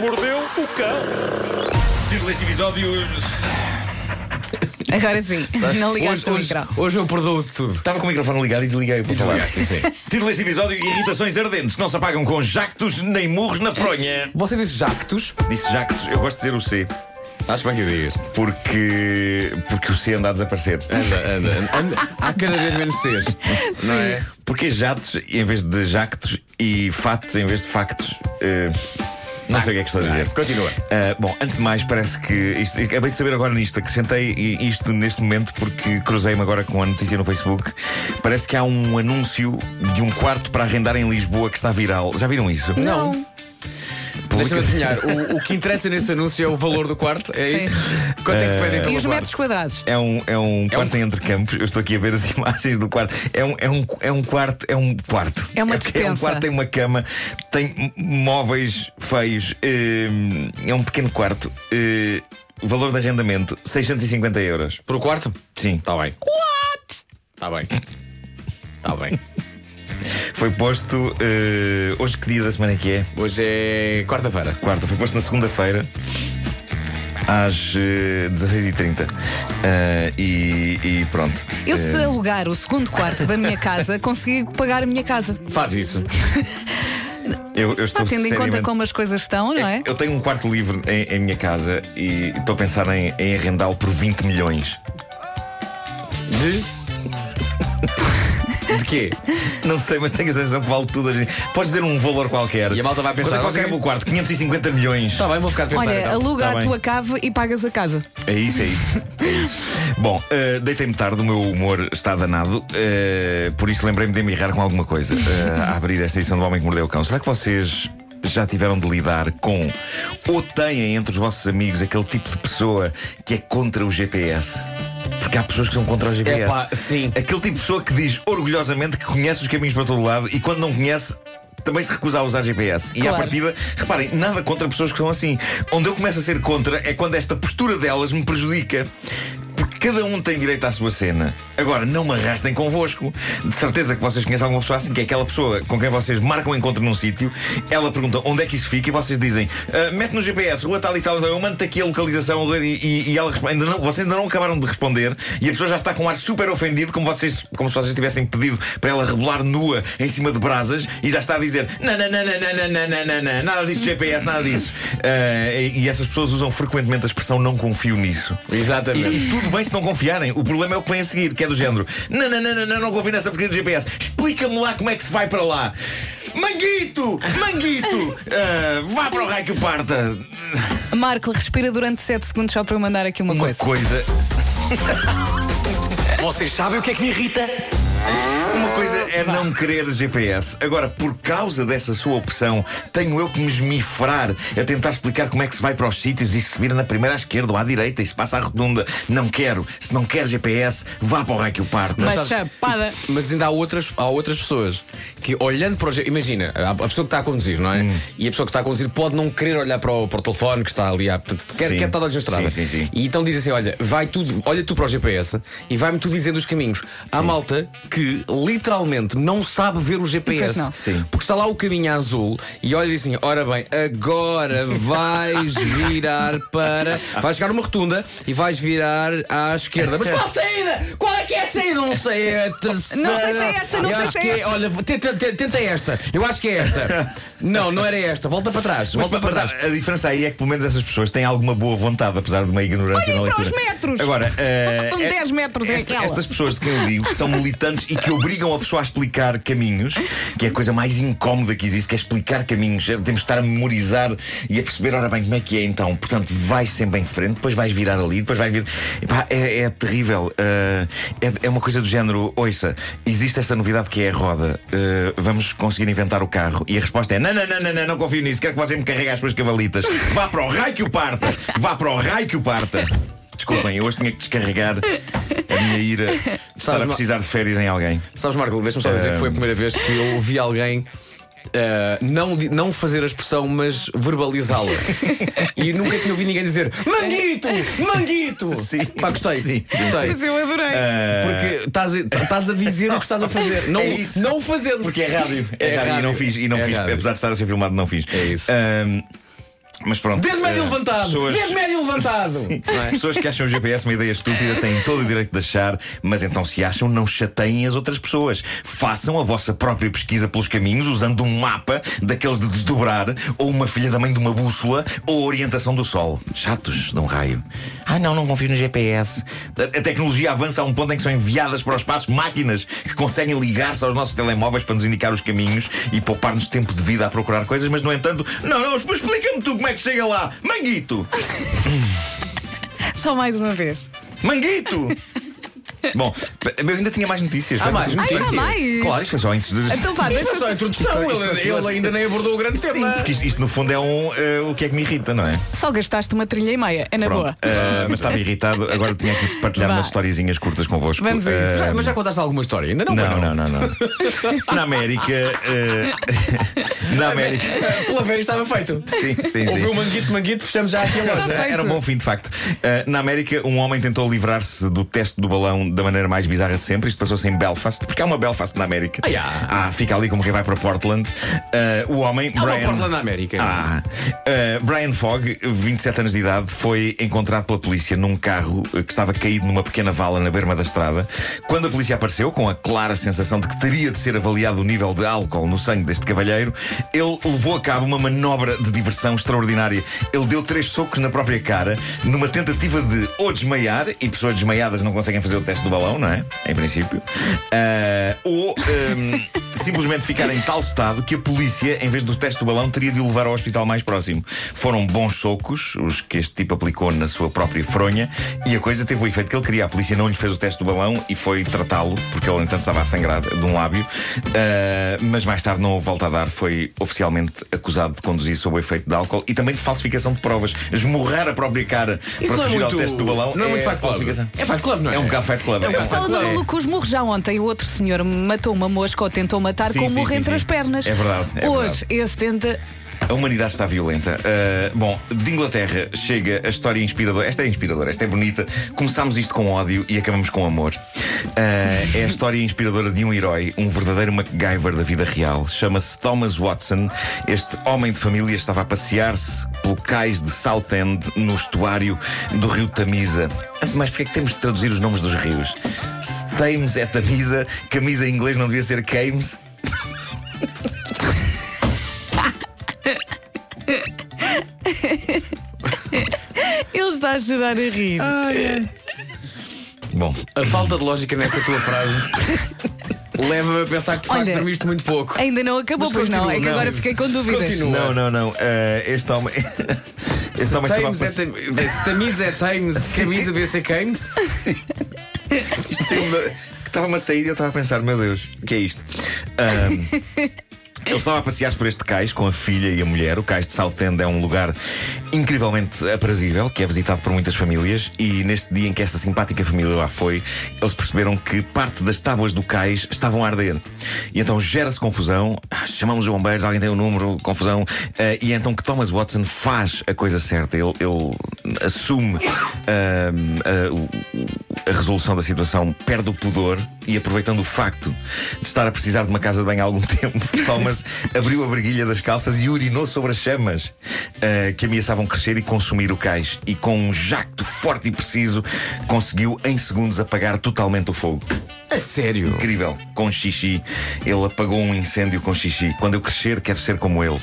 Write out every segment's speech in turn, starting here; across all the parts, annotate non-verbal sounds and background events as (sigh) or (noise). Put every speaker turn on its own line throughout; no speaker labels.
o cão. Título deste episódio.
Agora sim, (laughs) não ligaste o
hoje,
micro.
hoje eu perdoo de tudo.
Estava com o microfone ligado e desliguei-o para falar.
Desligaste, sim.
(laughs) Título deste episódio: Irritações ardentes que não se apagam com jactos nem murros na fronha.
Você disse jactos?
Disse jactos, eu gosto de dizer o C,
Acho bem que o digas.
porque. porque o C anda a desaparecer.
Anda, anda, anda, anda. Há cada vez menos
(laughs)
Cs. Não é?
Porque jatos em vez de jactos e fatos em vez de factos. Eh, não sei o que é que estou a dizer.
Continua.
Ah, bom, antes de mais, parece que. Isto, acabei de saber agora nisto, acrescentei i- isto neste momento porque cruzei-me agora com a notícia no Facebook. Parece que há um anúncio de um quarto para arrendar em Lisboa que está viral. Já viram isso?
Não. Deixa-me
Publica-
adivinhar. O, o que interessa nesse anúncio é o valor do quarto? É
Sim.
isso? Quanto é
Eh,
que te pedem pelo
E os
quarto?
metros quadrados?
É um, é um quarto em entrecampos. Eu estou aqui a ver as (laughs) imagens do quarto. É um, é um, é um quarto. É um quarto.
É uma
porque É um
despensa.
quarto, tem uma cama, tem móveis feios. hum, É um pequeno quarto. hum, Valor de arrendamento: 650 euros.
Por um quarto?
Sim.
Está bem. What? Está bem. Está bem.
Foi posto. eh, hoje, que dia da semana é que é?
Hoje é quarta-feira.
Quarta. Foi posto na segunda-feira. Às eh, 16h30. Eh, e, e pronto.
Eu, se alugar o segundo quarto da minha casa, (laughs) consigo pagar a minha casa.
Faz isso.
Eh, Eu, eu estou
Pá, tendo em conta
Então, seriamente-
como as coisas estão, não é?
Eu tenho um quarto livre em, em minha casa e estou a pensar em, em arrendá-lo por 20 milhões. (laughs)
De. De quê?
Não sei, mas tenho a sensação que vale tudo. hoje em dia. Podes dizer um valor qualquer.
E a malta vai pensar,
Quanto é que consegue
ok.
pelo quarto? 550 milhões.
Está bem, vou ficar a pensar.
Olha,
então.
aluga
Tá
a
bem.
tua cave e pagas a casa.
É isso, é isso. É isso. Bom, eh, deitei-me tarde, o meu humor está danado, eh, por isso lembrei-me de emirrar com alguma coisa eh, a abrir esta edição do Homem que Mordeu o Cão. Será que vocês já tiveram de lidar com ou têm entre os vossos amigos aquele tipo de pessoa que é contra o GPS? Porque há pessoas que são contra o GPS.
Epá, sim.
Aquele tipo de pessoa que diz orgulhosamente que conhece os caminhos para todo lado e quando não conhece. Também se recusa a usar GPS. E à
Claro.
partida, reparem, nada contra pessoas que são assim. Onde eu começo a ser contra é quando esta postura delas me prejudica. Porque cada um tem direito à sua cena. Agora, não me arrastem convosco. De certeza que vocês conhecem alguma pessoa assim, que é aquela pessoa com quem vocês marcam um encontro num sítio, ela pergunta onde é que isso fica e vocês dizem "Ah, mete no GPS, rua tal e tal, eu mando aqui a localização e, e- e ela responde, ainda não, vocês ainda não acabaram de responder e a pessoa já está com um ar super ofendido, como, vocês, como se vocês tivessem pedido para ela rebolar nua em cima de brasas e já está a dizer não, não, não, não, não, não, não, não, não, nada disso de GPS, nada disso. Ah, e, e essas pessoas usam frequentemente a expressão não confio nisso. E,
(laughs)
Exatamente.
e tudo bem se não confiarem. O problema é o que vem a seguir, que é do género. Não, não, não, não, não, não confio nessa porcaria do GPS. Explica-me lá como é que se vai para lá. Manguito! Manguito! Ah, vá para o raio que o parta!
Marco, respira durante 7 segundos só para eu mandar aqui uma,
Uma
coisa.
coisa.
Vocês sabem o que é que me irrita?
Uma coisa é não querer GPS. Agora, por causa dessa sua opção, tenho eu que me esmifrar a tentar explicar como é que se vai para os sítios e se vira na primeira à esquerda ou à direita e se passa à redonda. Não quero. Se não quer GPS, vá para o raio que o parta.
Uma
sabes-
chapada.
Mas ainda há outras, há outras pessoas que olhando para o. ge- Imagina, a a pessoa que está a conduzir, não é?
Hum.
E a pessoa que está a conduzir pode não querer olhar para o, para o telefone que está ali, à, portanto, quer,
Sim.
quer estar de olhos na estrada.
Sim, sim, sim.
E então diz assim: olha, vai tudo, olha tu para o GPS e vai-me tu dizendo os caminhos. Há malta que literalmente não sabe ver o
Pois
GPS.
não.
Sim.
Porque está lá o caminho a azul e olha e diz assim: ora bem, agora
(laughs)
vais virar para. Vais chegar numa rotunda e vais virar à esquerda. Mas qual a saída? Qual é que é a saída? Não sei, é a terceira.
Não sei se é esta, não
Eu
sei
acho
se é
que
esta.
Olha, tenta, tenta- tenta esta. Eu acho que é esta. Não, não era esta. Volta para trás.
Mas,
Volta para
mas
trás.
a, a diferença aí é que pelo menos essas pessoas têm alguma boa vontade, apesar de uma ignorância
Olhem
na leitura.
para os metros!
Agora, eh,
Faltam
eh,
10 metros, é
esta-
aquela.
Estas pessoas de quem eu digo que são militantes e que obrigam a pessoa a explicar caminhos, que é a coisa mais incómoda que existe, que é explicar caminhos. Temos de estar a memorizar e a perceber, ora bem, como é que é então. Portanto, vais sempre em frente, depois vais virar ali, depois vais vir. Epá, é, é terrível. Eh, é, é uma coisa do género, ouça, existe esta novidade que é a roda. Eh, vamos conseguir inventar o carro. E a resposta é: não, não, não, não, não, não confio nisso, quero que você me carregue as suas cavalitas. Vá para o raio que o parta! Vá para o raio que o parta! Desculpem, eu hoje tinha que descarregar a minha ira de estar a
mal-
precisar de férias em alguém.
Sabes, Marco, deixa-me só dizer que foi a
Ehm.
primeira vez que eu ouvi alguém. ah, não, di- não fazer a expressão, mas
(laughs)
verbalizá-la. e nunca tinha ouvido ninguém dizer Manguito! Manguito!
(laughs) Sim.
Pá, gostei.
Sim, sim.
Gostei.
Mas eu adorei.
Porque estás a, estás a dizer o que estás a fazer. Não,
É isso.
não fazendo.
Porque é rádio. É,
É
rádio, É e não
rádio.
fiz, e não
É
fiz
rádio.
apesar de estar a ser filmado, não fiz.
É isso.
Ahm, Mas pronto.
Dedo médio
eh,
levantado!
pessoas-
Dedo médio levantado!
Sim.
Não é?
Pessoas que acham o GPS uma ideia estúpida têm todo o direito de achar, mas então se acham, não chateiem as outras pessoas. Façam a vossa própria pesquisa pelos caminhos usando um mapa daqueles de desdobrar, ou uma filha da mãe de uma bússola, ou a orientação do sol. Chatos de um raio. Ah, não, não confio no GPS. A, a tecnologia avança a um ponto em que são enviadas para o espaço máquinas que conseguem ligar-se aos nossos telemóveis para nos indicar os caminhos e poupar-nos tempo de vida a procurar coisas, mas no entanto, não, não, explica-me tu como é que chega lá, manguito!
Só mais uma vez. (laughs)
Manguito! Bom, eu ainda tinha mais notícias.
Há mais
Ai,
notícias?
há Ah, mais!
Claro, isto foi só em
Então vá,
Isto é só a
deixa
introdução,
Isto- isto-
ele, ele ainda nem abordou o grande
Sim,
tema.
porque isto, isto, no fundo é um eh, o que é que me irrita, não é?
Só gastaste uma trilha e meia, é na
Pronto.
boa.
eh, mas estava irritado, agora tinha que partilhar
Vá.
umas historiezinhas curtas convosco.
Vamos a isso.
Eh,
Já- Mas já contaste alguma história? Ainda não,
não,
pois
não, não, não. Na América. eh, (laughs) na América.
Ah, Pela ver estava feito.
Sim, sim, sim.
Ouviu o manguito, manguito, fechamos já aqui a loja.
Perfeito.
Era um bom fim, de facto. Uh, na América, um homem tentou livrar-se do teste do balão da maneira mais bizarra de sempre. Isto passou-se em Belfast, porque há uma Belfast na América.
Ah, yeah.
Ah, fica ali como quem vai para Portland. Uh, o homem,
Há uma
Brian.
porta na América. é?
Ah, uh, Brian Fogg, 27 anos de idade, foi encontrado pela polícia num carro uh, que estava caído numa pequena vala na berma da estrada. Quando a polícia apareceu, com a clara sensação de que teria de ser avaliado o nível de álcool no sangue deste cavalheiro, ele levou a cabo uma manobra de diversão extraordinária. Ele deu três socos na própria cara, numa tentativa de ou desmaiar, e pessoas desmaiadas não conseguem fazer o teste do balão, não é? Em princípio. Ah, ou hum, simplesmente ficar em tal estado que a polícia, em vez do teste do balão, teria de o levar ao hospital mais próximo. Foram bons socos, os que este tipo aplicou na sua própria fronha, e a coisa teve o efeito que ele queria. A polícia não lhe fez o teste do balão e foi tratá-lo, porque ele, entanto, estava a sangrar de um lábio. Ah, mas mais tarde não houve volta a dar. Foi oficialmente acusado de conduzir sob o efeito de álcool e também de falsificação de provas. Esmurrar a própria cara
Isso
para
não é
fugir
muito.
ao teste do balão
não é muito Fight Club.
falsificação.
É Fight Club, não é?
É um bocado fight club. é
É um
um
bocado
bocado
Fala do
claro.
maluco com os murros. Já ontem o outro senhor matou uma mosca ou tentou matar
Sim,
com um
sim,
murro
sim,
entre
sim.
as pernas.
É verdade, é
Hoje, esse tenta.
A humanidade está violenta. Uh, bom, de Inglaterra chega a história inspiradora. Esta é inspiradora, esta é bonita. Começámos isto com ódio e acabamos com amor. Uh, é a história inspiradora de um herói, um verdadeiro MacGyver da vida real. Chama-se Thomas Watson. Este homem de família estava a passear-se pelo cais de Southend, no estuário do rio Tamisa. Antes de mais, porque é que temos de traduzir os nomes dos rios? Se Thames é Tamisa, camisa em inglês não devia ser Cames?
Ele está a jurar a rir.
Ah.
Bom,
A falta de lógica nessa
(laughs)
tua frase leva-me a pensar que de facto
Olha,
dormiste muito pouco.
Ainda não acabou,
Mas
pois não.
continua,
É que
não.
agora fiquei com dúvidas.
Continua.
Não, não, não. Eh, este homem. (laughs) este homem estava a
Times é
passar.
tam- se Tamiz
(laughs)
é Times, camisa é devia ser Cames.
Isto saiu-me- que Estava-me a sair e eu estava a pensar, meu Deus, o que é isto? Ahm, (laughs) Ele estava a passear por este cais com a filha e a mulher. O cais de Southend é um lugar incrivelmente aprazível, que é visitado por muitas famílias. E neste dia em que esta simpática família lá foi, eles perceberam que parte das tábuas do cais estavam a arder. E então gera-se confusão. Ah, Chamamos os bombeiros, alguém tem o número, confusão. Ah, e é então que Thomas Watson faz a coisa certa. Ele, ele assume ah, ah, o- a resolução da situação, perde o pudor e aproveitando o facto de estar a precisar de uma casa de banho há algum (laughs) tempo, Thomas abriu a briguilha das calças e urinou sobre as chamas ah, que ameaçavam crescer e consumir o cais. E com um jacto forte e preciso, conseguiu em segundos apagar totalmente o fogo.
A sério?
Incrível, com xixi. Ele apagou um incêndio com xixi. Quando eu crescer, quero ser como ele.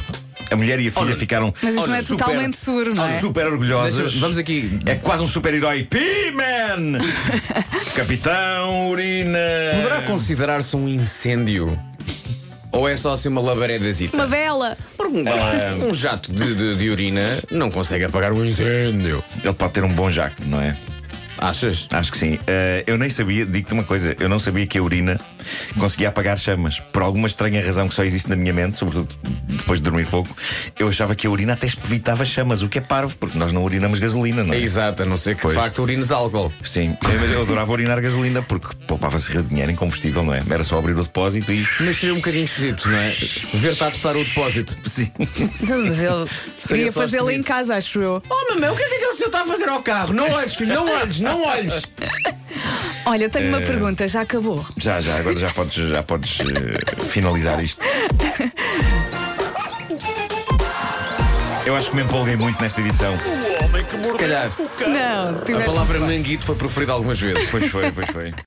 A mulher e a filha ficaram.
Mas isso não é
super-
totalmente seguro, não é?
Ah, Super orgulhosas.
Deixa- vamos aqui.
É quase um super-herói.
(laughs)
P-Man! Capitão Urina!
Poderá considerar-se um incêndio? Ou é só assim uma labaredazita?
Uma vela.
Porque
Ah,
um- um jato de, de- de urina não consegue apagar um incêndio.
Ele pode ter um bom jacto, não é?
Achas?
Acho que sim. Eh, eu nem sabia, digo-te uma coisa, eu não sabia que a urina conseguia apagar chamas. Por alguma estranha razão que só existe na minha mente, sobretudo depois de dormir pouco, eu achava que a urina até evitava chamas, o que é parvo, porque nós não urinamos gasolina, não é?
Exato, a não ser que
Pois.
de facto urines álcool.
Sim, eu, eu adorava urinar gasolina porque poupava-se dinheiro em combustível, não é? Era só abrir o depósito e.
Mas seria um bocadinho esquisito, não é? Ver-te a testar o depósito.
Sim.
Mas ele
Seria
queria
só
fazê-la em
esquisito.
casa, acho eu.
Oh, mamãe, o que é que aquele senhor está a fazer ao carro? Não olhes, filho, não olhes, não olhes.
Olha, tenho
É.
uma pergunta, já acabou.
Já, já, agora já podes, já podes eh, finalizar isto. Eu acho que me empolguei muito nesta edição.
O homem que mordeu
calhar.
o cão.
Não,
A
tiveste.
palavra manguito foi proferida algumas vezes.
Pois foi, pois foi.